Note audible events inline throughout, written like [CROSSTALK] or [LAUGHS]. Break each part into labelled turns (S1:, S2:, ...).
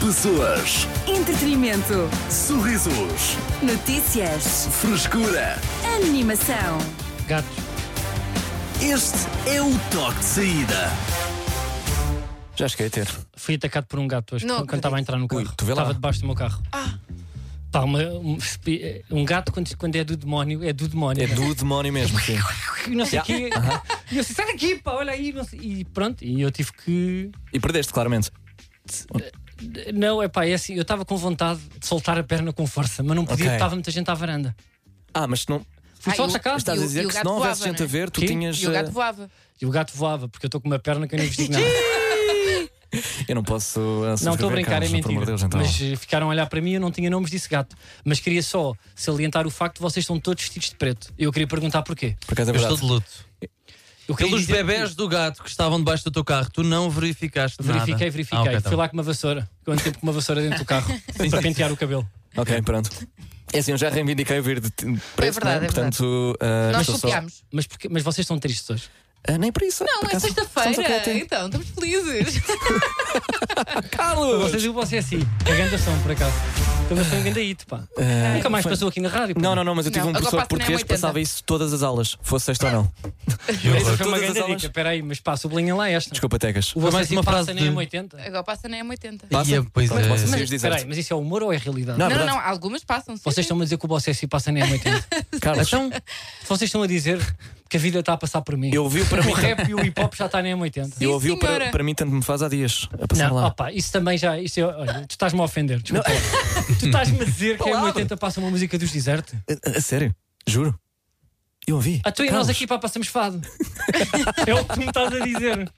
S1: Pessoas,
S2: Entretenimento.
S1: sorrisos,
S2: Notícias.
S1: frescura.
S2: Animação.
S3: Gatos.
S1: Este é o toque de saída.
S4: Já cheguei a ter.
S3: Fui atacado por um gato hoje
S5: Não Ah.
S3: quando quando estava a entrar no carro.
S4: Ui, tu vê lá.
S3: Estava debaixo do meu carro. Pá, uma- um, espi- um gato quando, quando é do demónio, é do demónio.
S4: É do demónio mesmo, sim.
S3: E não sei
S4: [LAUGHS]
S3: o quê. E eu disse, sai daqui, pá, olha aí. não sei- E pronto, e eu tive que.
S4: E perdeste, claramente.
S3: Não, é pá, é assim, eu estava com vontade de soltar a perna com força, mas não podia,
S4: Ok.
S3: estava muita gente à varanda.
S4: Ah, mas se não.
S3: Fui
S5: Ah,
S3: só
S5: e o-
S3: atacado.
S4: Estás
S5: E
S4: a
S5: o-
S4: dizer
S5: e o
S4: que se
S5: gato
S4: não houvesse
S5: voava,
S4: gente a
S5: não é?
S4: ver, tu
S3: Quê?
S4: tinhas.
S5: E o gato
S4: eh,
S5: voava.
S3: E o gato voava, porque eu estou com uma perna que eu nem vos digo nada.
S4: Eu não posso. eh, sobreviver,
S3: Não estou a brincar, é
S4: Carlos, Por
S3: mentira.
S4: amor de Deus, então.
S3: Mas eh, ficaram a olhar para mim e eu não tinha nomes desse gato. Mas queria só salientar o facto de vocês estão todos vestidos de preto. Eu queria perguntar porquê.
S4: Por acaso é
S6: Eu estou de
S4: verdade.
S6: luto.
S3: Eu queria
S6: Pelos
S3: dizer-
S6: bebés do gato que estavam debaixo do teu carro, tu não verificaste nada.
S3: Verifiquei, verifiquei.
S6: Ah, ok, tá
S3: Fui
S6: bem.
S3: lá com uma vassoura. Quanto tempo com uma vassoura dentro do carro para pentear o cabelo.
S4: Ok, pronto. É assim, eu já reivindiquei vir de preto,
S5: verdade,
S4: né?
S5: é
S4: portanto. eh,
S5: Nós
S4: estou só-
S5: copiámos.
S3: Mas, porquê- mas vocês estão tristes hoje.
S4: Ah, nem por isso.
S5: Não, é sexta-feira. Então, estamos
S3: [LAUGHS]
S5: felizes.
S3: Vocês viram você assim. A grande som, por acaso. Também sou um grande hit, pá. Nunca mais passou aqui na rádio. pá.
S4: É, Eh, Não, não, não, mas eu tive
S5: É. Não,
S4: um
S5: agora
S4: professor
S5: passa na
S4: português que
S5: 80.
S4: passava isso todas as aulas, fosse sexta ou não.
S3: Essa
S6: [LAUGHS]
S3: foi uma
S4: Todas as
S3: grande
S4: aulas.
S3: dica. Espera aí, mas pá, sublinha lá esta.
S4: Desculpa, Tecas.
S3: O
S6: Foi
S3: você
S6: mais uma
S3: passa
S6: frase
S3: na
S6: de-
S3: M80.
S5: Agora passa na M80.
S4: Passa?
S6: Ia, pois
S4: Pronto,
S6: é. [LAUGHS]
S4: posso
S3: Mas,
S4: decidir
S3: espera aí,
S4: dizer-te.
S3: mas isso é humor ou é realidade?
S4: Não, é
S5: Não, não,
S4: verdade.
S5: algumas passam. sim,
S3: Vocês
S5: sim.
S3: estão a dizer que o Bossi passa na M80.
S4: Carlos,
S3: Então, vocês estão a dizer que a vida está a passar por mim.
S4: eu ouvi para
S3: O [LAUGHS]
S4: mim.
S3: rap e o hip hop já está na M80.
S4: Eu ouvi para,
S5: senhora.
S4: para mim tanto me faz há dias. A passar
S3: Não,
S4: lá.
S3: opa, isso também já. Isso é, olha, tu estás-me a ofender, desculpa. [LAUGHS] Tu estás-me a dizer que a M80 passa uma música dos desertos.
S4: A, a- a sério, juro. Eu ouvi.
S3: A oh. Ah, tu e
S4: Carlos.
S3: nós aqui pá, passamos fado. [LAUGHS] é o que tu me estás a dizer.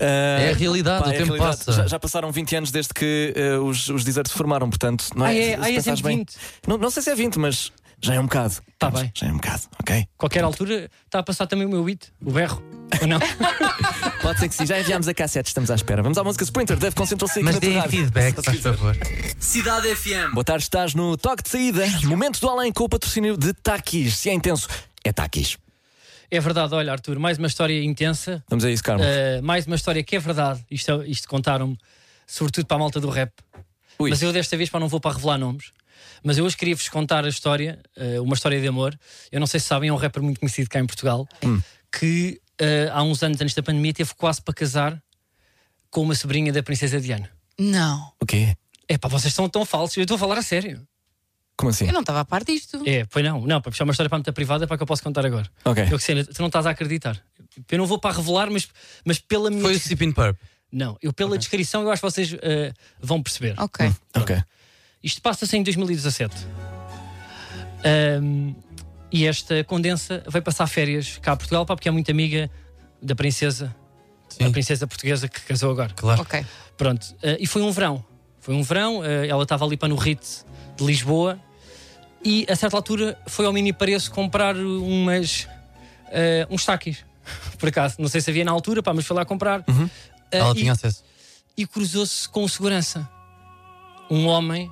S4: Ah,
S6: É a realidade,
S4: pá,
S6: o
S4: é a
S6: tempo
S4: realidade.
S6: passa.
S4: Já, já passaram 20 anos desde que ah, os, os desertos se formaram, portanto, não é?
S3: Ah, é,
S4: Se
S3: ah, é
S4: pensares
S3: sempre
S4: bem-
S3: 20.
S4: Não, não sei se é 20, mas já é um bocado.
S3: Tá bem.
S4: Já é um bocado, ok?
S3: Qualquer altura está a passar também o meu hit, o berro. Ou [LAUGHS] não?
S4: Pode ser que sim, já enviámos a cassete, estamos à espera. Vamos à música Sprinter, deve concentrar-se aqui
S6: Mas
S4: na tua
S6: deem
S4: rádio.
S6: feedback, faz favor.
S1: Cidade FM.
S4: Boa tarde, estás no Toque de Saída, Momento do Além com o patrocínio de Takis. Se é intenso, é Takis.
S3: É verdade, olha, Arthur, mais uma história intensa,
S4: Vamos a isso, Carmo.
S3: Uh, mais uma história que é verdade, isto, é- isto contaram-me, sobretudo para a malta do rap.
S4: Ui.
S3: Mas eu desta vez para não vou para revelar nomes. Mas eu hoje queria-vos contar a história, uh, uma história de amor. Eu não sei se sabem, é um rapper muito conhecido cá em Portugal
S6: Hum.
S3: que uh, há uns anos antes da pandemia teve quase para casar com uma sobrinha da Princesa Diana.
S5: Não.
S4: O quê?
S3: É pá, vocês são tão falsos, eu estou a falar a sério.
S4: Como assim?
S5: Eu não estava a par disto.
S3: É, pois não, não, para puxar uma história para a muita privada é para que eu posso contar agora.
S4: Ok.
S3: Eu que sei, tu não estás a acreditar. Eu não vou para revelar, mas, mas pela minha
S6: Foi o Sipping Purp.
S3: Não, eu pela descrição eu acho que vocês eh, vão perceber.
S5: Ok.
S4: Ok.
S3: Isto passa-se em 2017. Ahm, e esta condensa vai passar férias cá a Portugal, pá, porque é muito amiga da princesa, a
S6: Sim.
S3: princesa portuguesa que casou agora.
S6: Claro.
S5: Ok.
S3: Pronto, eh, e foi um verão. Foi um verão, eh, ela estava ali para no RIT de Lisboa e a certa altura foi ao mini preço comprar umas eh, uns taquis. [LAUGHS] Por acaso, não sei se havia na altura, pá, mas foi lá comprar. Eh,
S6: Uhum. Ela
S3: e-
S6: tinha acesso.
S3: e cruzou-se com o segurança. Um homem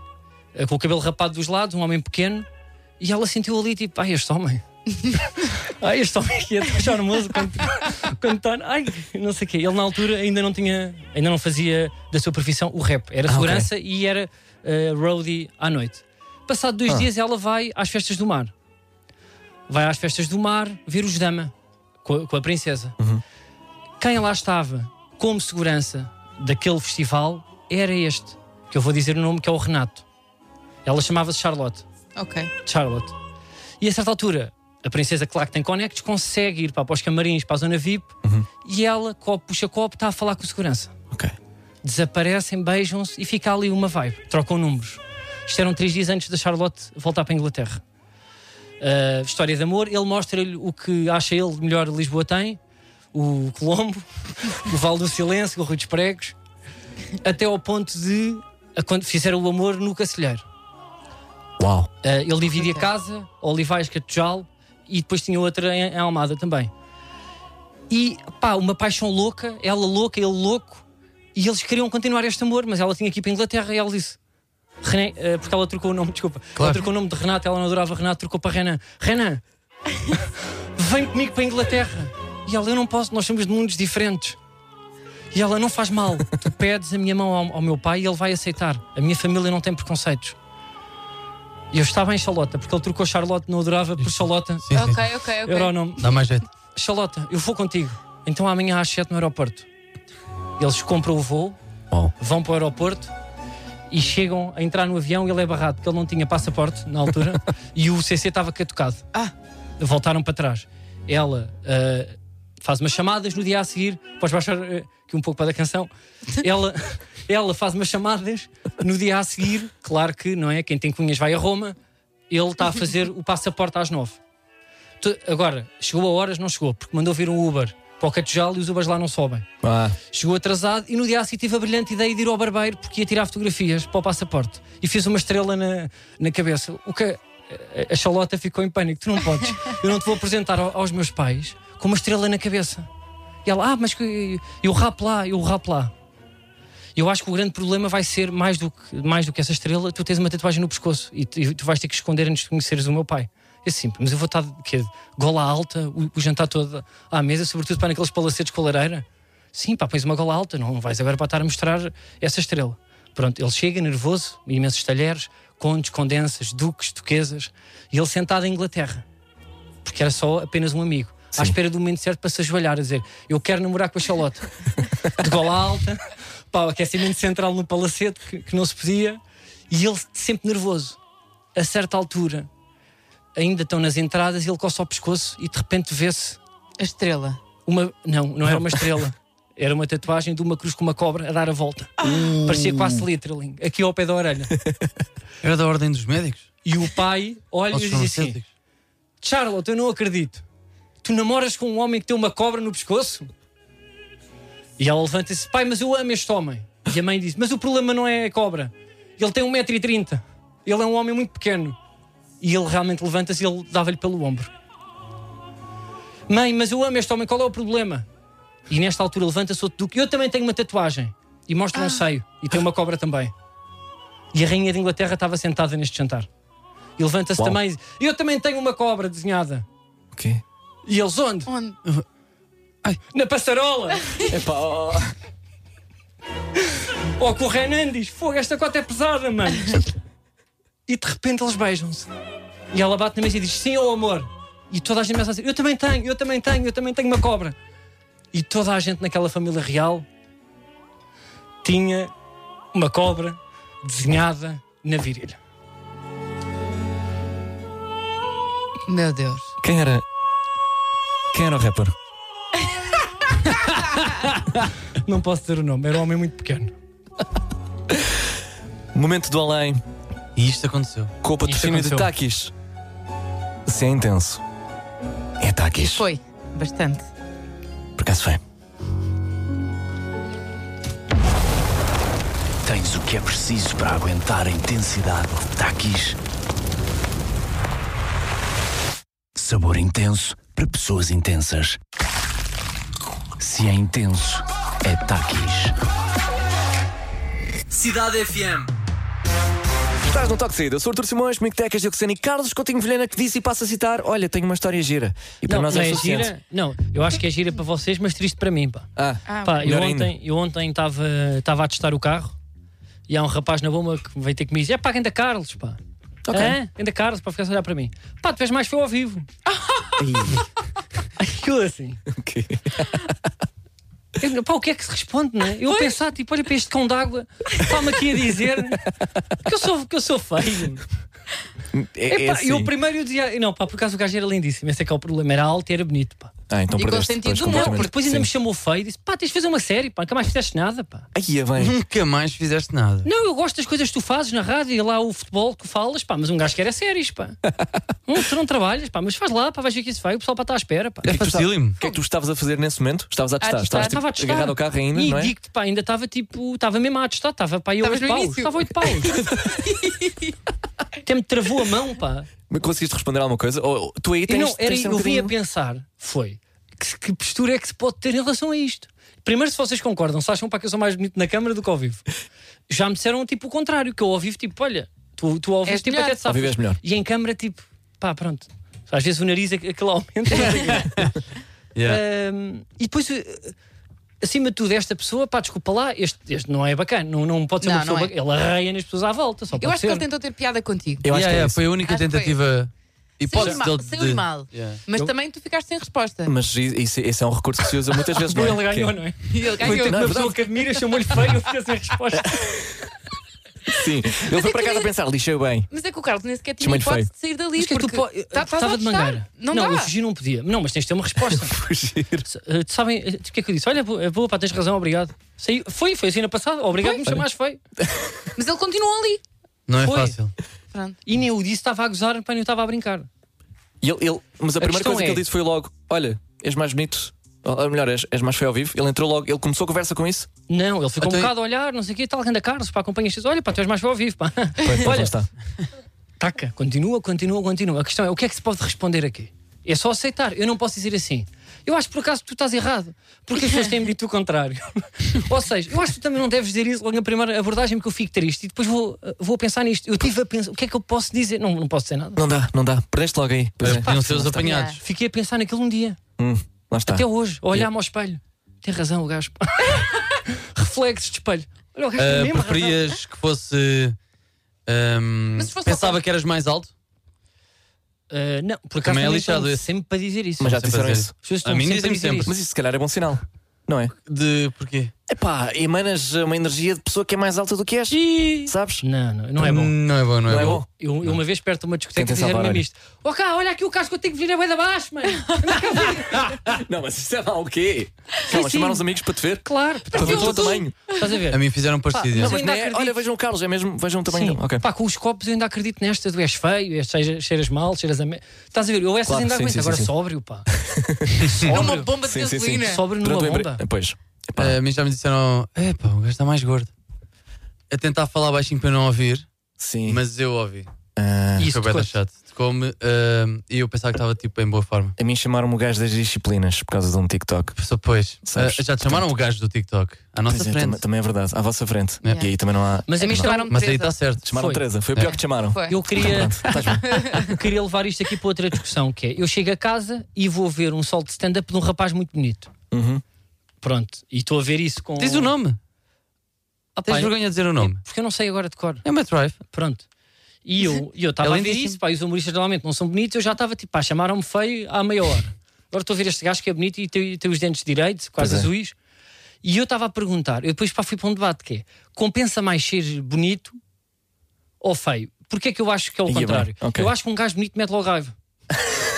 S3: eh, com o cabelo rapado dos lados, um homem pequeno, e ela sentiu ali tipo: ai, este homem. ai, este homem aqui é tão charmoso quando, quando está. Ai, não sei o quê. Ele na altura ainda não tinha, ainda não fazia da sua profissão o rap. Era
S4: Ah,
S3: segurança e era eh, roadie à noite. Passado dois dias, ela vai às festas do mar. Vai às festas do mar ver os Dama com a, com a princesa. Quem lá estava como segurança daquele festival era este, que eu vou dizer o nome, que é o Renato. Ela chamava-se Charlotte.
S5: Ok.
S3: Charlotte. E a certa altura, a princesa, claro que tem conectos, consegue ir pá, para os camarins, para a zona VIP, e ela, copo, puxa copo, está a falar com segurança.
S4: Ok.
S3: Desaparecem, beijam-se e fica ali uma vibe. Trocam números. Isto eram três dias antes da Charlotte voltar para a Inglaterra. Ah, história de amor, ele mostra-lhe o que acha ele de melhor Lisboa tem, o Colombo, [LAUGHS] o Vale do Silêncio, o Rui dos Pregos, até ao ponto de a- quando fizeram o amor no Cacilheiro.
S4: Uau.
S3: Uh, ele dividia
S5: Ok.
S3: casa, Olivais, Catujal e depois tinha outra em, em Almada também. E pá, uma paixão louca, ela louca, ele louco, e eles queriam continuar este amor, mas ela tinha que ir para a Inglaterra e ela disse. René, uh, porque ela trocou o nome, desculpa, ela
S6: Claro.
S3: trocou o nome de Renato, ela não adorava Renato, trocou para Renan. Renan, vem comigo para a Inglaterra. E ela, eu não posso, nós somos de mundos diferentes. E ela não faz mal. tu pedes a minha mão ao, ao meu pai e ele vai aceitar. A minha família não tem preconceitos. E eu estava em Xalota, porque ele trocou Charlotte, não adorava, por Xalota.
S6: Sim, sim.
S5: Ok, ok, ok.
S3: Era o nome.
S6: Dá mais jeito.
S3: Xalota, eu vou contigo. Então amanhã às 7 no aeroporto. Eles compram o voo,
S4: Bom.
S3: vão para o aeroporto e chegam a entrar no avião e ele é barrado, porque ele não tinha passaporte na altura e o CC estava catucado.
S5: Ah.
S3: Voltaram para trás. Ela ah, faz umas chamadas no dia a seguir, podes baixar eh, aqui um pouco para a canção. Ela, ela faz umas chamadas no dia a seguir, claro que não é? Quem tem cunhas vai a Roma, ele está a fazer o passaporte às nove. Tu- Agora, chegou a horas, não chegou, porque mandou vir um Uber para o Catejal e os Ubers lá não sobem.
S4: Ah,
S3: Chegou atrasado e no dia a seguir tive a brilhante ideia de ir ao barbeiro porque ia tirar fotografias para o passaporte e fiz uma estrela na, na cabeça. O que a- a Charlota ficou em pânico. Tu não podes, eu não te vou apresentar ao- aos meus pais com uma estrela na cabeça. E ela, ah, mas que- eu rapo lá, eu rapo lá. Eu acho que o grande problema vai ser, mais do que, mais do que essa estrela, tu tens uma tatuagem no pescoço e tu, e tu vais ter que esconder antes de conheceres o meu pai. É simples, mas eu vou estar quê? gola alta, o, o jantar todo à mesa, sobretudo para naqueles palacetes com a lareira. Sim, pá, pões uma gola alta, não vais agora para estar a mostrar essa estrela. Pronto, ele chega nervoso, imensos talheres, condes, condensas, duques, duquesas, e ele sentado em Inglaterra, porque era só apenas um amigo, à espera do momento certo para se ajoelhar, a dizer: Eu quero namorar com a Charlotte. de gola alta, pá, aquecimento central no palacete, que, que não se podia, e ele sempre nervoso. A certa altura, ainda estão nas entradas, e ele coça o pescoço e de repente vê-se
S5: A estrela.
S3: uma. Não, não era uma estrela. Era uma tatuagem de uma cruz com uma cobra a dar a volta. Parecia quase literally, aqui ao pé da orelha.
S6: Era da ordem dos médicos?
S3: E o pai olha
S6: Ou
S3: e
S6: dos
S3: diz assim:
S6: farmacêuticos?
S3: Charlotte, eu não acredito. Tu namoras com um homem que tem uma cobra no pescoço? E ela levanta-se: Pai, mas eu amo este homem. E a mãe diz: Mas o problema não é a cobra. Ele tem 1,30m. Ele é um homem muito pequeno. E ele realmente levanta-se e ele dava-lhe pelo ombro. Mãe, mas eu amo este homem, qual é o problema? E nesta altura levanta-se outro duque. Eu também tenho uma tatuagem. E mostra um seio. E tem uma cobra também. E a rainha de Inglaterra estava sentada neste jantar. E levanta-se
S4: Uau.
S3: também e diz, Eu também tenho uma cobra desenhada.
S4: o quê?
S3: E eles onde?
S5: Onde?
S3: Na passarola!
S4: Epá, ó.
S3: Ou com o Renan diz: Fogo, esta cota é pesada, mano. e de repente eles beijam-se. E ela bate na mesa e diz: Sim, ou amor. E toda a gente começa a dizer: Eu também tenho, eu também tenho, eu também tenho uma cobra. E toda a gente naquela família real tinha uma cobra desenhada na virilha.
S5: Meu Deus.
S4: Quem era? Quem era o rapper?
S3: Não posso dizer o nome, era um homem muito pequeno.
S4: Momento do além,
S6: E isto aconteceu.
S4: com o patrocínio de
S3: aconteceu.
S4: Takis. Se é intenso, é Takis.
S5: Foi. Bastante.
S4: Por acaso foi.
S1: Tens o que é preciso para aguentar a intensidade de Takis. Sabor intenso para pessoas intensas. Se é intenso, é Takis.
S7: Cidade FM.
S4: Estás no Toque de Saída. Eu sou Artur Simões, Mico Tecas, Diocesano e Carlos Coutinho Vilhena que disse e passa a citar: Olha, tenho uma história gira. E para
S3: não,
S4: nós
S3: não
S4: é
S3: é
S4: suficiente.
S3: gira, não, eu acho que é gira para vocês, mas triste para mim, pá.
S4: Ah, [LAUGHS]
S5: Ah,
S3: Pá, eu
S4: Melhor ainda.
S3: ontem eu ontem estava estava a testar o carro e há um rapaz na bomba que veio ter comigo e diz: É pá, anda Carlos, pá.
S4: Ok.
S3: É? Anda Carlos, para ficar a olhar para mim. Pá, tu vês mais foi ao vivo. Aquilo assim.
S4: ok.
S3: Eu, pá, o que é que se responde, não é? Eu a pensar, tipo, olha para este cão d'água, está-me aqui a dizer que eu sou, que eu sou feio.
S4: É, é
S3: É, pá,
S4: assim.
S3: Eu primeiro eu dizia: Não, pá, por acaso o gajo era lindíssimo. Esse é que é o problema, era alto e era bonito, pá.
S4: Ah, então
S5: E com
S4: perdeste
S5: sentido
S4: depois
S5: de
S3: Não,
S5: Completamente.
S4: completamente.
S3: porque depois ainda
S4: Sim.
S3: me chamou feio e disse: Pá, tens de fazer uma série, pá, nunca mais fizeste nada, pá.
S4: Aí é bem.
S6: Nunca mais fizeste nada.
S3: Não, eu gosto das coisas que tu fazes na rádio e lá o futebol que falas, pá, mas um gajo quer é
S4: [LAUGHS]
S3: séries, pá. Hum, tu não trabalhas, pá, mas faz lá, pá, vais ver que isso vai, o pessoal para estar à espera, pá.
S6: É facílimo.
S4: O que é que tu estavas a fazer nesse momento? Estavas a testar?
S5: testar.
S4: Estavas tipo,
S3: Estava a testar.
S4: agarrado ao carro ainda,
S3: e
S4: não é?
S3: digo-te, pá, ainda estava tipo, estava mesmo a testar, estava pá, aí a
S5: Estavas
S3: 8
S5: no
S3: paus,
S5: início.
S3: estava 8
S4: [LAUGHS]
S3: paus. Até me travou a mão, pá.
S4: Mas Conseguiste responder alguma coisa? Ou tu aí
S3: Eu
S4: tens,
S3: não, era,
S4: tens de ser um
S3: eu vim a
S4: bocadinho-
S3: pensar, foi, que, que postura é que se pode ter em relação a isto? Primeiro, se vocês concordam, se acham para que eu sou mais bonito na câmara do que ao vivo, já me disseram tipo o contrário, que eu ao vivo, tipo, olha, tu, tu ao vivo,
S5: És
S3: tipo,
S5: melhor.
S3: até te
S4: Ao
S3: safas.
S4: vivo és melhor.
S3: E em câmara, tipo, pá, pronto. Às
S5: [LAUGHS]
S3: vezes o nariz aqu- aquele aumenta.
S6: Yeah.
S3: Ahm, e depois eh, acima de tudo, esta pessoa, pá, desculpa lá, este, este não é bacana, não, não pode ser uma
S5: Não,
S3: pessoa
S5: não é.
S3: bacana. Ele arreia nas pessoas à volta, só
S5: Eu
S3: pode
S5: acho que
S3: ser.
S5: ele tentou ter piada contigo.
S4: Eu acho
S6: Yeah,
S4: que é
S6: yeah,
S4: isso.
S6: foi a única
S5: Acho que foi.
S6: tentativa.
S5: Saiu
S6: Hipótese
S5: mal,
S6: dele
S5: saiu
S6: de-
S5: mal.
S6: Yeah.
S5: Mas também tu ficaste sem resposta.
S3: Hum.
S4: Mas i- isso- esse é um recurso que se usa muitas
S3: [LAUGHS]
S4: vezes, não é?
S3: Ele ganhou,
S4: Que
S3: não é?
S5: E
S3: Foi
S5: ele ganhou.
S3: tipo uma
S4: é
S3: pessoa
S4: verdade.
S3: que admira, chamou-lhe feio, ele fez a resposta.
S4: é- Sim. Ele foi para casa a pensar, lixei
S5: [LAUGHS]
S4: bem.
S5: Mas é que o Carlos nem sequer tinha
S4: Chamei-lhe
S5: hipótese de sair dali.
S3: Mas o que é que tu
S5: porque
S3: po- eu
S5: tá- estás a
S3: gostava de
S5: apostar.
S3: mangueira.
S5: Não,
S3: não eu
S5: dá.
S3: fugir não podia. Não, mas tens de ter uma
S5: [LAUGHS]
S3: resposta.
S4: Fugir.
S3: S- eh, tu sabem eh, o que é que eu disse? Olha, bo- é boa, pá, tens razão, obrigado. Saiu- foi, foi assim na passada, obrigado por me chamares feio.
S5: Mas ele continuou ali.
S6: Não é
S3: Foi.
S6: fácil.
S5: Pronto.
S3: E nem eu disse, estava a gozar, pá, nem eu estava a brincar.
S4: E ele, ele- mas a, primeira
S3: questão
S4: coisa que
S3: é-
S4: ele disse foi logo: Olha, és mais bonito, ou melhor, és, és mais feio ao vivo. Ele entrou logo, ele começou a conversa com isso.
S3: Não, ele ficou
S6: Então-
S3: um bocado a olhar, não sei o quê, tal, anda Carlos, pá, acompanha isto. Olha, pá, tu és mais feio ao vivo, pá.
S4: Lá
S3: [LAUGHS] Olha,
S4: está.
S3: taca, continua, continua, continua. A questão é, o que é que se pode responder aqui? É só aceitar. Eu não posso dizer assim. Eu acho por acaso que tu estás errado, porque as pessoas têm-me dito o contrário. [LAUGHS] Ou seja, eu acho que tu também não deves dizer isso logo na primeira abordagem, porque eu fico triste e depois vou, eh, vou pensar nisto. Eu tive a pensar, o que é que eu posso dizer? Não, não posso dizer nada.
S4: Não dá, não dá. Perdeste logo aí. Pois é.
S6: Podiam ser os
S4: Lá está.
S6: apanhados.
S3: Fiquei a pensar naquilo um dia,
S6: Ah.
S4: Hum, lá está.
S3: até hoje, a olhar-me ao espelho. Tem razão o gajo. [LAUGHS] Reflexos de espelho. Olha, o gajo tem
S6: Ah,
S3: mesmo razão.
S6: preferias que fosse. ahm,
S5: Mas se fosse
S6: pensava
S5: ao-
S6: que eras mais alto?
S3: Ah, não, por acaso
S6: Também é
S3: também
S6: lixado
S3: estão
S6: esse.
S3: sempre para dizer isso.
S4: Mas já
S6: Não
S4: te
S6: sei
S4: disseram
S6: fazer.
S4: isso.
S3: As pessoas
S6: A
S3: estão
S6: mim
S3: sempre a
S6: dizem-me
S3: dizer
S6: sempre.
S3: isso.
S4: Mas isso se calhar é bom sinal, não é?
S6: De porquê?
S4: Epá, emanas uma energia de pessoa que é mais alta do que és. Sabes?
S3: Não, não, não é bom.
S6: Não é bom, não é,
S4: Não é
S6: bom.
S4: bom?
S3: Eu, eu uma vez perto de uma discoteca
S4: Tentem
S3: disseram
S4: salvar,
S3: mesmo isto. Ó cá, olha aqui o casco que eu tenho que vir a bué da baixo, mano.
S4: Não, mas isso é mal o quê? Calma,
S3: sim.
S4: chamaram os amigos para te ver?
S3: claro,
S4: Para
S3: porque
S4: ver o teu
S3: eu
S4: tamanho?
S3: Estás a
S6: A
S3: ver?
S6: mim fizeram parecido.
S3: não, mas-
S6: sim.
S3: ainda
S4: Não é?
S3: acredito.
S4: Olha, vejam o Carlos, é mesmo, vejam o tamanho.
S3: Sim.
S4: dele. Ok.
S3: Pá, com os copos eu ainda acredito nesta do és feio, és cheiras, cheiras mal, cheiras a me... Estás a ver? Eu essas
S4: Claro,
S3: ainda
S4: sim,
S3: aguento,
S4: sim,
S3: agora
S4: sim, sim.
S3: sóbrio,
S4: [LAUGHS]
S3: pá.
S5: É Uma
S3: sóbrio,
S5: bomba de
S4: Sim, sim, sim.
S5: gasolina.
S3: sóbrio numa
S4: Durante o empre-
S3: bomba.
S4: é Pois. Epá,
S6: Ah, A mim já me disseram: epá, o gajo está mais gordo. A tentar falar baixinho para eu não ouvir,
S4: sim.
S6: mas eu ouvi.
S4: Ah,
S3: E isso
S6: Ficou bem
S3: depois.
S6: chato. Tocou-me ahm, e eu pensava que estava tipo em boa forma.
S4: a mim chamaram-me o gajo das disciplinas por causa de um TikTok.
S6: Só Pois,
S4: Sabes?
S6: ah, já te chamaram o gajo do TikTok à nossa
S4: Pois é,
S6: frente.
S4: tam- também é verdade, à vossa frente.
S6: Yeah.
S4: E aí também não há.
S3: Mas a
S5: A mim
S3: questão-
S5: chamaram-me
S6: Mas aí
S5: Teresa.
S6: está certo.
S4: Chamaram
S3: foi.
S4: Teresa, É. foi É. o pior que te chamaram.
S5: Foi.
S3: Eu queria,
S4: Estás bem.
S3: eu queria levar isto aqui para outra discussão, que é eu chego a casa e vou ver um sol de stand-up de um rapaz muito bonito.
S4: Uhum.
S3: Pronto, e estou a ver isso com.
S4: um-
S6: Diz o nome.
S3: Ah, pá,
S6: Tens
S3: eu-
S6: vergonha de dizer o nome.
S3: Porque eu não sei agora de cor.
S6: É o Matt Rife.
S3: Pronto. E eu e eu estava
S6: É
S3: a ver
S6: lindíssimo.
S3: isso, pá, e os humoristas normalmente não são bonitos, eu já estava tipo, pá, chamaram-me feio há meia hora. Agora estou a ver este gajo que é bonito e tem, tem os dentes direitos, quase
S4: Pois é.
S3: azuis. E eu estava a perguntar, eu depois pá, fui para um debate que é, compensa mais ser bonito ou feio? Porquê é que eu acho que é o
S4: Ia bem,
S3: contrário?
S4: ok.
S3: Eu acho que um gajo bonito mete logo raiva.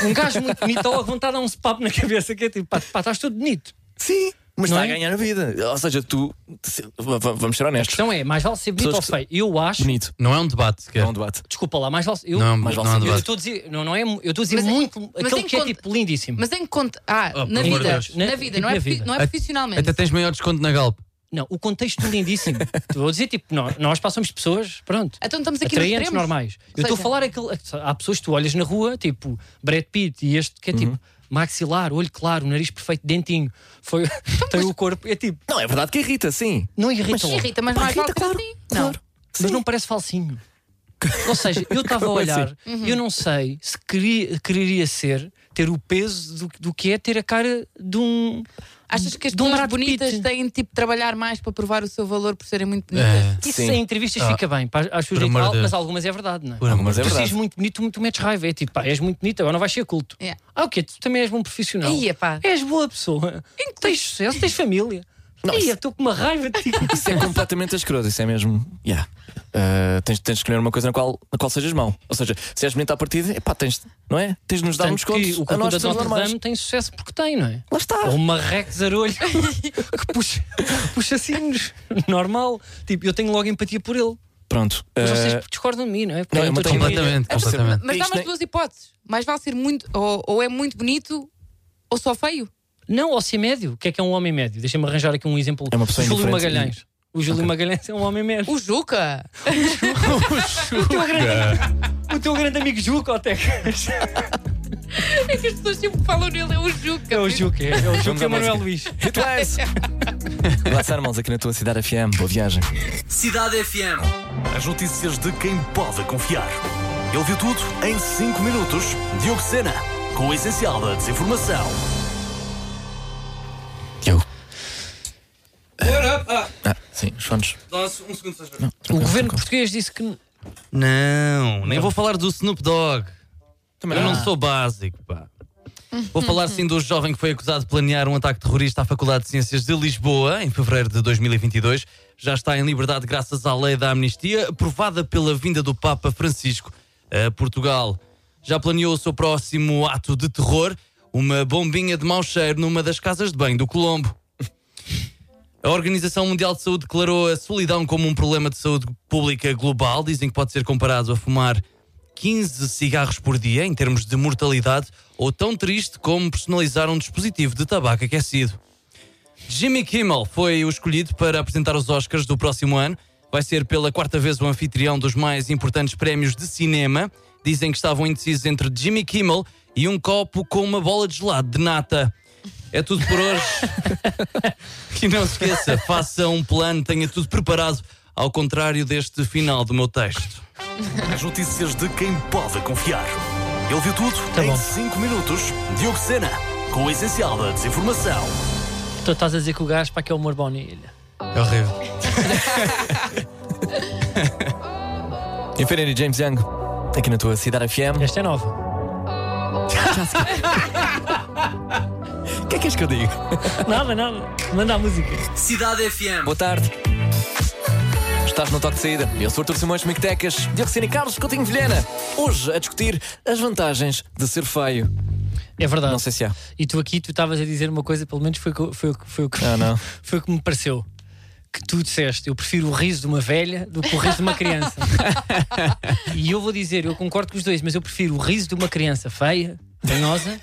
S3: Um gajo muito bonito dá logo vontade de dar um papo na cabeça, que é tipo, pá, pá, estás todo bonito.
S4: [LAUGHS] Sim, mas
S3: Não
S4: está a
S3: é?
S4: ganhar a vida. Ou seja, tu. se- v- v- Vamos ser
S3: A
S4: honestos.
S3: questão é, mais vale ser bonito
S4: Pessoas
S3: ou feio? Eu acho,
S4: Bonito.
S6: Não é um
S4: É
S6: debate sequer.
S4: um debate.
S3: desculpa lá, mais vale. Eu,
S6: Não,
S4: Mas
S6: mas não
S4: vale
S6: é um
S3: Eu
S6: debate.
S3: estou a dizer, não, não é, eu estou a dizer
S5: Mas-
S3: muito
S5: mas
S3: aquele
S5: em
S3: que é
S5: conta-
S3: tipo lindíssimo.
S5: Mas em conta. Ah,
S6: Oh,
S5: na
S6: pelo amor de
S5: vida.
S6: Deus.
S3: Na-
S5: Na vida, não
S3: na
S5: é,
S3: vida.
S5: profi- não é
S6: Até-
S5: profissionalmente.
S6: Até tens maior desconto na Galp.
S3: Não, o contexto
S5: [LAUGHS]
S3: lindíssimo. Estou a dizer tipo, nós, nós passamos pessoas, pronto.
S5: Então estamos aqui nos
S3: Atraentes
S5: extremos.
S3: normais. Eu estou a
S5: seja-
S3: falar aquele. Há pessoas que tu olhas na rua, tipo Brad Pitt e este que é tipo maxilar, olho claro, nariz perfeito, dentinho. Foi, [LAUGHS] tem o corpo. É tipo,
S4: Não, é verdade que irrita, sim.
S3: não irrita
S5: Sim,
S3: logo,
S5: Rita, Então, mas
S4: Pá,
S5: mais vale
S4: irrita,
S5: que
S4: claro.
S5: assim. Não.
S4: Claro.
S3: mas não parece falsinho. Ou seja, eu estava a
S4: Como assim?
S3: olhar,
S5: Uhum.
S3: eu não sei se queria, quereria ser, ter o peso do, do que é ter a cara de um.
S5: Achas que as
S3: de um
S5: pessoas
S3: Brad Pitt.
S5: bonitas têm tipo de trabalhar mais para provar o seu valor por serem muito bonitas?
S6: É,
S3: Isso
S4: Sim.
S3: em entrevistas
S6: Ah,
S3: fica bem, pá, às
S6: por
S3: suas
S6: amor de Deus.
S3: mas algumas é verdade, não é?
S6: por amor
S4: Mas é
S6: de Deus.
S3: tu seres
S4: verdade.
S3: muito bonito, tu- tu metes raiva. É tipo, pá, és muito bonito, agora não vais ser culto.
S5: É.
S3: Ah, o quê? Tu também és bom profissional.
S5: Ia, pá.
S3: És boa pessoa. Tens sucesso, tens família. Ia, estou com uma raiva de ti.
S4: [LAUGHS] Isso é completamente asqueroso, isso é mesmo. Yeah. Ah, tens, tens de escolher uma coisa na qual, na qual sejas mau. Ou seja, se és bonito à partida, epá, tens, não é? Tens de nos dar um
S3: Portanto,
S4: desconto.
S3: que o
S4: a
S3: culto
S4: nós
S3: da
S4: pessoas
S3: Notre
S4: normais.
S3: Dame tem sucesso porque tem, não é?
S4: Lá está.
S3: Ou uma
S4: [LAUGHS]
S3: rec zarolho que puxa, puxa assim, normal. Tipo, eu tenho logo empatia por ele.
S4: Pronto.
S3: Mas
S4: ah,
S3: vocês discordam de mim, não é? Porque
S4: não,
S3: eu
S4: é uma
S3: estou a dizer-
S6: Completamente,
S4: Eu percebo.
S6: completamente.
S5: Mas dá
S4: Isto
S5: mais
S4: nem-
S5: duas hipóteses. Mais vale ser muito. Ou, ou é muito bonito ou só feio.
S3: Não, ou ser médio. O que é que é um homem médio? Deixa-me arranjar aqui um exemplo.
S4: É uma pessoa
S3: o Júlio
S4: indiferente.
S3: Magalhães. O Júlio Magalhães é um homem médio.
S5: O Juca!
S3: O teu
S6: [LAUGHS]
S3: grande, o teu grande amigo Juca, até
S5: É que as pessoas sempre falam nele, é o Juca.
S3: É o Juca, é o Juca
S4: à
S3: e o
S4: música.
S3: Manuel Luís. Então,
S4: Hitwaves! Laçar irmãos aqui na tua cidade FM. Boa viagem.
S1: Cidade FM. As notícias de quem pode confiar. Ele viu tudo em 5 minutos. Diogo Sena, com o essencial da desinformação.
S4: Diogo. Sim, os fones.
S6: Dá-se um segundo, Sérgio.
S3: O governo português disse que.
S6: Não, nem vou falar do Snoop Dogg. Ah.
S4: Também
S6: Eu
S4: não.
S6: não sou básico, pá. Vou falar sim do jovem que foi acusado de planear um ataque terrorista à Faculdade de Ciências de Lisboa em fevereiro de 2022. Já está em liberdade graças à lei da amnistia, aprovada pela vinda do Papa Francisco a Portugal. Já planeou o seu próximo ato de terror, uma bombinha de mau cheiro numa das casas de banho do Colombo. A Organização Mundial de Saúde declarou a solidão como um problema de saúde pública global. Dizem que pode ser comparado a fumar 15 cigarros por dia em termos de mortalidade, ou tão triste como personalizar um dispositivo de tabaco aquecido. Jimmy Kimmel foi o escolhido para apresentar os Oscars do próximo ano. Vai ser pela quarta vez o anfitrião dos mais importantes prémios de cinema. Dizem que estavam indecisos entre Jimmy Kimmel e um copo com uma bola de gelado de nata. É tudo por hoje. E não se esqueça, [LAUGHS] faça um plano, tenha tudo preparado, ao contrário deste final do meu texto.
S1: As notícias de quem pode confiar. Ele viu tudo
S3: Tá
S1: em
S3: bom.
S1: 5 minutos. Diogo Sena, com o essencial da desinformação.
S3: Tu estás a dizer que o gajo para que é o humor baunilha.
S6: É horrível.
S4: Infinity James Young, aqui na tua Cidade FM.
S3: Esta é nova.
S4: O que é que és que eu digo?
S3: nada, nada. Manda a música.
S1: Cidade FM.
S4: Boa tarde. Estás no toque de saída. Eu sou o Artur Simões Mictecas, de Orsini Carlos Coutinho Vilhena. Hoje a discutir as vantagens de ser feio.
S3: É verdade.
S4: Não sei se há.
S3: E tu aqui, tu estavas a dizer uma coisa, pelo menos foi, o que- foi, o que- foi, o que-
S4: Ah, não.
S3: [LAUGHS] foi o que me pareceu. Que tu disseste, eu prefiro o riso de uma velha do que o riso de uma criança. e eu vou dizer, eu concordo com os dois, mas eu prefiro o riso de uma criança feia, danhosa,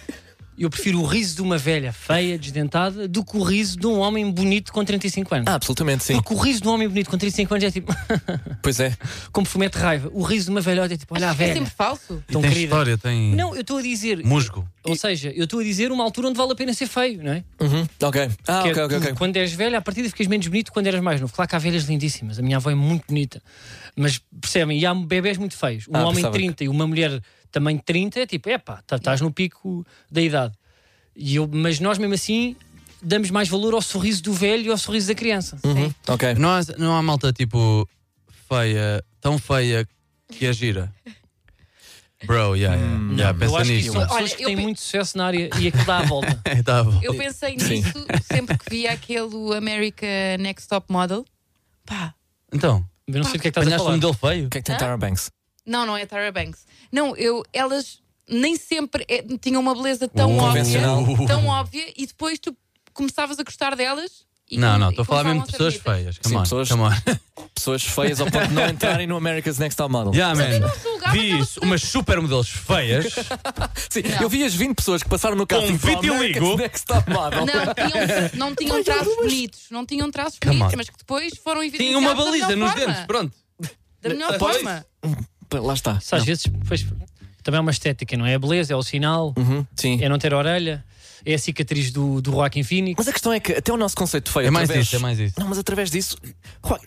S3: e eu prefiro o riso de uma velha feia, desdentada, do que o riso de um homem bonito com 35 anos.
S4: Ah, absolutamente sim.
S3: Porque o riso de um homem bonito com 35 anos é tipo, [LAUGHS]
S4: Pois é.
S3: como fomete raiva. O riso de uma velhota é tipo, olha a
S5: É
S3: velha,
S5: sempre falso.
S6: E
S3: tão
S6: tem
S3: querida.
S6: história, tem
S3: Não, eu estou a dizer,
S6: musgo.
S3: ou seja, eu estou a dizer uma altura onde vale a pena ser feio, não é?
S4: Uhum. Ok. Ah,
S3: Que é
S4: ok, ok,
S3: tu,
S4: ok.
S3: Quando és velho, à partida ficas menos bonito que quando eras mais novo. Claro que há velhas lindíssimas, a minha avó é muito bonita. Mas percebem, e há bebés muito feios. Um
S4: Ah,
S3: homem de
S4: percebo.
S3: 30 e uma mulher também de 30 é tipo, epá, tá- estás no pico da idade. E eu, mas nós mesmo assim damos mais valor ao sorriso do velho e ao sorriso da criança.
S4: Uhum. Ok.
S6: Não há, não há malta tipo feia, tão feia que é Hum. agira. Bro, yeah, yeah. yeah
S3: eu
S6: pensa
S3: acho que
S6: nisso.
S3: isso são pessoas
S5: Olha,
S3: que
S5: eu
S3: têm
S5: pe-
S3: muito sucesso na área e aquilo dá
S4: [LAUGHS]
S3: a volta.
S6: [LAUGHS] É, tá bom.
S5: Eu pensei
S4: Eh, Sim.
S5: nisso sempre que via aquele America Next Top Model. Pá,
S6: Então,
S3: Eu não sei do que é que estás a
S6: apanhaste um
S3: falar.
S6: modelo feio?
S4: O que é que tem Tara Banks?
S5: Não, não é Tyra Banks. Não, eu, elas nem sempre é- tinham uma beleza tão
S4: Uh,
S5: óbvia,
S4: convencional.
S5: tão óbvia, e depois tu começavas a gostar delas. E
S6: Não,
S5: come-
S6: não,
S5: e
S6: estou a falar
S5: começavam
S6: mesmo de
S5: ser
S6: pessoas
S5: bonitas.
S6: feias. Come
S4: Sim,
S6: on,
S4: pessoas-
S6: [LAUGHS] come on.
S4: Pessoas feias ao ponto de não entrarem no America's Next Top Model.
S6: Yeah, man.
S5: julgava
S6: Vi
S5: aquelas
S6: isso, umas supermodelos feias.
S4: Sim, eu vi as 20 pessoas que passaram no casting para o
S6: vitiligo.
S4: America's Next Top Model.
S5: Não, tinham, não [LAUGHS] tinham traços bonitos, não tinham traços
S6: Come
S5: bonitos,
S6: on.
S5: mas que depois foram evidenciados.
S6: Tinha uma
S5: da
S6: baliza
S5: melhor
S6: nos
S5: forma,
S6: dentes, pronto.
S5: Da melhor
S6: Pois.
S5: forma.
S4: Lá está.
S3: Isso às vezes pois, também é uma estética, não é? É a beleza, é o sinal,
S4: Uhum. Sim.
S3: é não ter orelha, é a cicatriz do, do Joaquim Phoenix.
S4: Mas a questão é que até o nosso conceito de feio
S6: É mais
S4: através-
S6: isso, é mais isso.
S4: Não, mas através disso. Ué,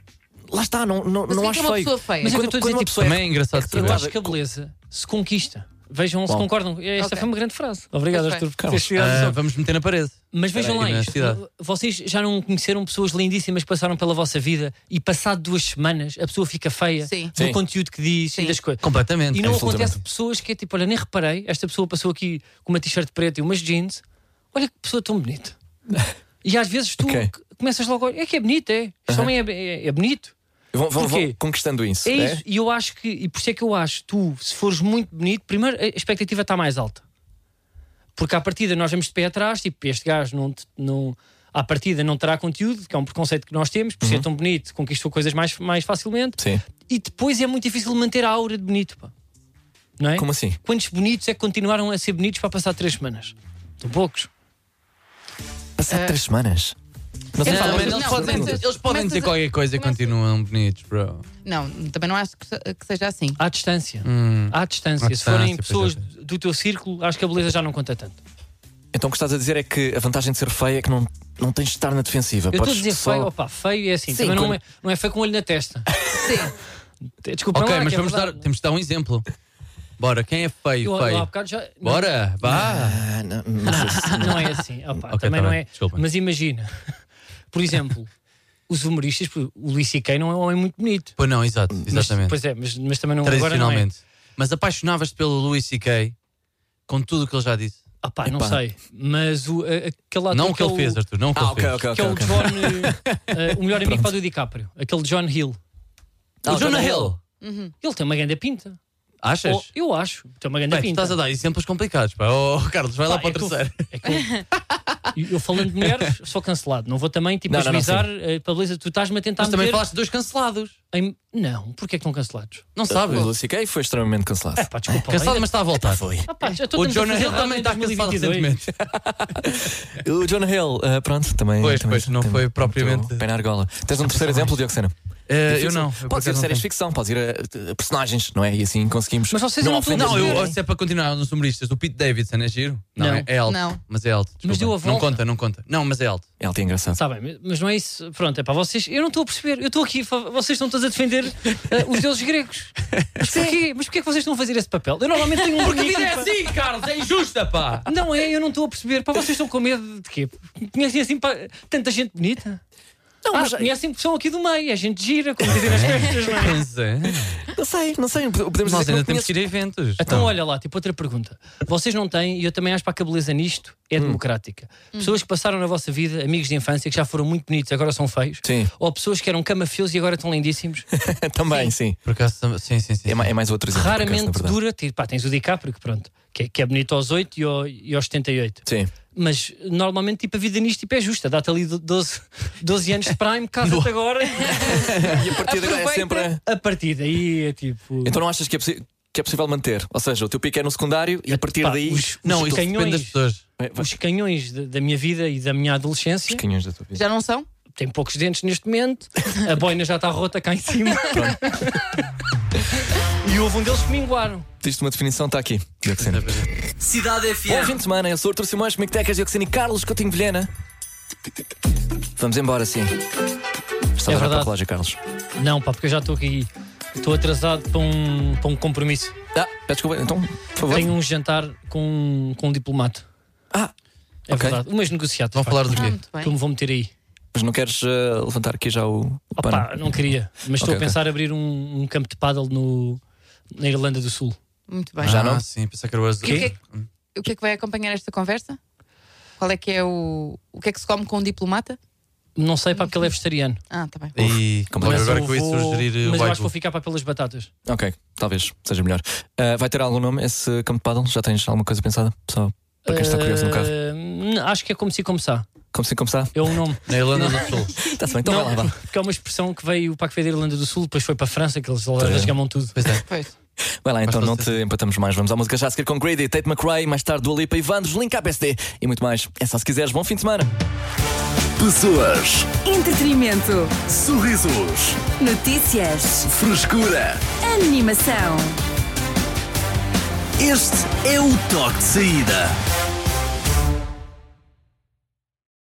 S4: Lá está, não, não,
S5: Mas
S4: não
S5: o que é
S4: acho
S5: que é uma
S4: feio.
S5: pessoa feia?
S3: Mas é que eu
S4: quando,
S3: estou a
S4: quando
S3: dizer,
S4: uma
S3: tipo,
S4: pessoa
S6: Também é engraçado
S4: Eu
S6: saber.
S3: Eu
S4: Nada.
S3: acho que a beleza se conquista. Vejam se
S4: Bom.
S3: concordam. Esta
S5: Ok.
S3: foi uma grande frase. Obrigado,
S5: Pois
S3: Arthur.
S5: foi.
S3: por teres tirado
S6: Ah,
S3: isso.
S6: vamos meter na parede.
S3: Mas vejam lá
S6: Peraí,
S3: isto.
S6: honestidade.
S3: Vocês já não conheceram pessoas lindíssimas que passaram pela vossa vida e passado duas semanas a pessoa fica feia
S5: Sim.
S3: do
S4: Sim.
S3: conteúdo que diz e
S5: Sim.
S3: das coisas.
S6: Completamente.
S3: E não
S4: Absolutamente.
S3: acontece pessoas que é tipo, olha, nem reparei, esta pessoa passou aqui com uma t-shirt preta e umas jeans, olha que pessoa tão
S4: [LAUGHS]
S3: bonita. E às vezes tu
S4: Ok.
S3: c- começas logo a olhar, é que é bonito, é. Este homem é, é- é bonito.
S4: Vão, vão, vão
S3: Porquê?
S4: conquistando isso.
S3: É
S6: né?
S4: é?
S3: isso. E eu acho que, e por isso é que eu acho, tu, se fores muito bonito, primeiro a expectativa está mais alta. Porque à partida nós vamos de pé atrás, tipo, este gajo não, te- não, à partida não terá conteúdo, que é um preconceito que nós temos, por
S6: Uhum.
S3: ser tão bonito, conquistou coisas mais, mais facilmente.
S4: Sim.
S3: E depois é muito difícil manter a aura de bonito, pá. Não é?
S4: Como assim?
S3: Quantos bonitos é que continuaram a ser bonitos para passar três semanas? São poucos.
S4: Passar três semanas. Não sei
S5: É,
S4: falar
S5: não,
S6: mas
S4: disso.
S5: não,
S6: eles
S5: não,
S6: podem,
S5: começas-
S6: eles podem dizer
S5: começas a-
S6: qualquer coisa e
S5: começas-
S6: continuam bonitos, bro.
S5: Não, também não acho que, se- que seja assim.
S3: À distância.
S6: Hum.
S3: À distância.
S6: À
S3: Se forem
S6: distância,
S3: pessoas
S6: pois é.
S3: do teu círculo, acho que a beleza já não conta tanto.
S4: Então o que estás a dizer é que a vantagem de ser feio é que não, não tens de estar na defensiva.
S3: Eu estou a
S4: Podes
S3: dizer
S4: só-
S3: feio, opá, feio é assim.
S4: Sim,
S3: Também não,
S4: como-
S3: é, não é feio com o olho na testa.
S5: Sim.
S3: Desculpa,
S6: Ok,
S3: lá,
S6: mas
S3: que é
S6: vamos dar,
S3: verdade.
S6: temos de dar um exemplo. Bora, quem é feio,
S3: Eu, eu há
S6: feio?
S3: bocado já. não,
S6: Bora, vá.
S4: Ah, não, não sei se-
S3: [LAUGHS] Não, é assim. Opá,
S6: Ok,
S3: também
S6: tá
S3: não
S6: bem,
S3: é. [LAUGHS]
S6: desculpa.
S3: Mas imagina, por exemplo, os humoristas, porque o Lee C.K. não é um homem muito bonito.
S6: Pois não, exato,
S3: Mas-
S6: exatamente.
S3: pois é, mas, mas também não agora não é.
S6: Tradicionalmente. Mas apaixonavas-te pelo Louis C.K. com tudo o que ele já disse.
S3: Ah pá, não
S4: Epá.
S3: sei. Mas o, a- aquele ator
S6: não o que ele
S3: é
S6: fez, Arthur, não o que
S4: Ah,
S6: ele
S4: ok,
S6: fez.
S4: ok,
S3: que
S4: ok.
S3: é o
S4: ok.
S3: John, eh,
S6: [LAUGHS]
S3: eh, o melhor amigo para do DiCaprio, aquele John Hill.
S4: Ah,
S6: O Jonah Hill.
S3: Ele tem uma grande pinta.
S6: Achas?
S3: Oh, eu acho, tem uma grande
S6: Bem, tu
S3: pinta.
S6: estás a dar exemplos complicados, pá. Oh, Carlos, vai lá
S3: Pá,
S6: para o
S3: é que eu-
S6: terceiro.
S3: é que eu-
S6: [LAUGHS]
S3: eu, eu falando de mulheres, sou cancelado. Não vou também tipo
S4: Não, não, não,
S3: agilizar a beleza. Tu estás-me a tentar
S6: Mas também
S3: meter
S6: falaste de dois cancelados.
S3: em- Não, porque é que estão cancelados?
S6: Não sabes?
S4: O Lucy Kay foi extremamente cancelado. [LAUGHS]
S3: É pá, desculpa. lá.
S6: Cancelado, mas está a voltar. Foi.
S3: Ah, pá, já estou
S6: O
S3: a tentar
S6: Jonah
S3: fazer
S6: Hill
S3: nada
S6: também
S3: em
S6: está cancelado
S3: 2022.
S6: recentemente.
S4: O John Hill, eh, pronto, também.
S6: Pois,
S4: também-
S6: pois, não
S4: tem-
S6: foi
S4: tem
S6: propriamente-
S4: muito Pé na argola. Tens um terceiro exemplo, Dioxena?
S6: Eh, eu
S4: Ficção.
S6: não. eu por
S4: Pode ser
S6: acaso não
S4: séries de
S6: tenho.
S4: ficção, pode ir a, a personagens, não é? E assim conseguimos.
S3: Mas vocês não
S4: ofendes
S3: estão a
S6: Não,
S3: Mas
S6: eu,
S3: não
S6: ou
S3: é.
S6: se é para continuar nos humoristas, o Pete Davidson é giro?
S3: Não.
S6: é- é alto.
S5: Não.
S6: Mas é alto.
S3: Mas
S6: desculpa.
S3: deu a
S6: Não
S3: volta.
S6: conta, não conta. Não, mas é alto.
S4: Ele tem engraçado.
S3: Está bem, mas- mas não é isso. Pronto, é para vocês. Eu não estou a perceber. Eu estou aqui. fa- Vocês estão todos a defender eh, os deuses gregos. Mas porquê? Mas porquê é que vocês estão a fazer esse papel? Eu normalmente tenho um.
S6: [LAUGHS] Porque a
S3: bonito,
S6: vida é
S3: pá.
S6: assim, Carlos, é injusta, pá!
S3: Não é, eu não estou a perceber. Para vocês estão com medo de quê? Conhecem assim pá, tanta gente bonita? Não, ah,
S4: mas-
S3: conhecem que são aqui do meio. É gente gira, como dizem
S6: [LAUGHS]
S3: nas festas, não é?
S6: [LAUGHS] Pois é.
S4: Não sei, não sei. Podemos
S6: Nós
S4: dizer é que
S6: ainda
S4: não
S6: temos
S4: conheço.
S6: que ir a eventos.
S3: Então,
S4: Ah.
S6: Não.
S3: olha lá, tipo, outra pergunta. Vocês não têm, e eu também acho pá, que a beleza nisto
S4: Hum.
S3: é democrática. Pessoas que passaram na vossa vida, amigos de infância, que já foram muito bonitos, agora são feios.
S4: Sim.
S3: Ou pessoas que eram camafeus e agora estão lindíssimos.
S4: também, sim.
S6: Por acaso, tam- sim, sim, sim.
S4: É, ma- é mais outro exemplo. por acaso,
S3: Raramente
S4: na verdade.
S3: dura. tipo, Pá, tens o DiCaprio, que pronto, que é, que é bonito aos 8 e, ao, e aos 78.
S4: Sim.
S3: Mas normalmente tipo, a vida nisto tipo, é justa. Dá-te ali do- 12, 12 anos de
S4: [LAUGHS]
S3: prime, casa-te agora.
S4: E a partir daí é
S5: Aproveita.
S4: sempre. a-
S3: A partir daí é tipo.
S4: Então não achas que é, possi- que é possível manter? Ou seja, o teu pico é no secundário e a partir
S3: Pá,
S4: daí.
S3: os,
S6: Não,
S3: os
S6: isso depende das
S3: canhões,
S6: pessoas.
S4: É, vai-
S3: os canhões da, da minha vida e da minha adolescência
S4: Os canhões da tua vida.
S5: Já não são?
S3: têm poucos dentes neste momento. A boina já está rota cá
S4: [LAUGHS]
S3: em cima. e houve um deles que me minguaram.
S4: Diste uma definição, está aqui. Dioxina.
S1: Cidade
S4: Bom
S1: FM.
S4: fim de semana, eu sou Artur Simões, como é que tecas, Dioxina e Carlos Coutinho Vilhena. Vamos embora, sim. Estás
S3: É
S4: a olhar para a
S3: verdade.
S4: colagem, Carlos.
S3: Não, pá, porque eu já estou aqui. Estou atrasado para um, para um compromisso.
S4: Ah, peço desculpa, então, por favor.
S3: Tenho um jantar com, com um diplomata.
S4: Ah,
S3: É
S4: ok.
S3: verdade. Umas negociadas.
S6: Vão falar do
S5: Ah,
S6: quê?
S5: muito bem.
S3: que eu me vou meter aí.
S4: Mas não queres eh, levantar aqui já o, o pano?
S3: Opa, não queria. Mas estou
S4: Ok, ok.
S3: a pensar em abrir um, um campo de paddle no, na Irlanda do Sul.
S5: Muito bem.
S4: Já não?
S6: Ah, sim, pensei que era o
S5: E o, que é que, o que é que vai acompanhar esta conversa? Qual é que é o. O que é que se come com um diplomata?
S3: Não sei, pá, porque ele é vegetariano.
S5: Ah, está bem.
S6: E
S4: Mas
S6: olha, agora
S3: eu
S6: com isso
S3: vou-
S6: sugerir o
S3: Mas eu acho
S6: White
S3: que vou ficar para pelas batatas.
S4: Ok, talvez seja melhor. Eh, vai ter algum nome esse campo de paddle? Já tens alguma coisa pensada? Só para quem está curioso no carro.
S3: Eh, n- acho que é como se começar.
S4: Como se começar?
S3: É o nome.
S6: Na Irlanda do Sul.
S4: Está-se bem, então
S3: não,
S4: vai lá, vá.
S3: [LAUGHS] porque é uma expressão que veio para que veio da Irlanda do Sul, depois foi para a França, que eles rasgamam tudo.
S6: Pois é.
S5: Pois.
S4: Vai lá, então
S6: todo
S4: não te empatamos mais. Vamos à música já a seguir com Grady, Tate McRae, mais tarde do Alipa, Ivandros, Link APSD e muito mais. É só se quiseres. Bom fim de semana.
S1: Pessoas,
S2: Entretenimento.
S1: sorrisos,
S2: Notícias.
S1: frescura.
S2: Animação.
S1: Este é o toque de saída.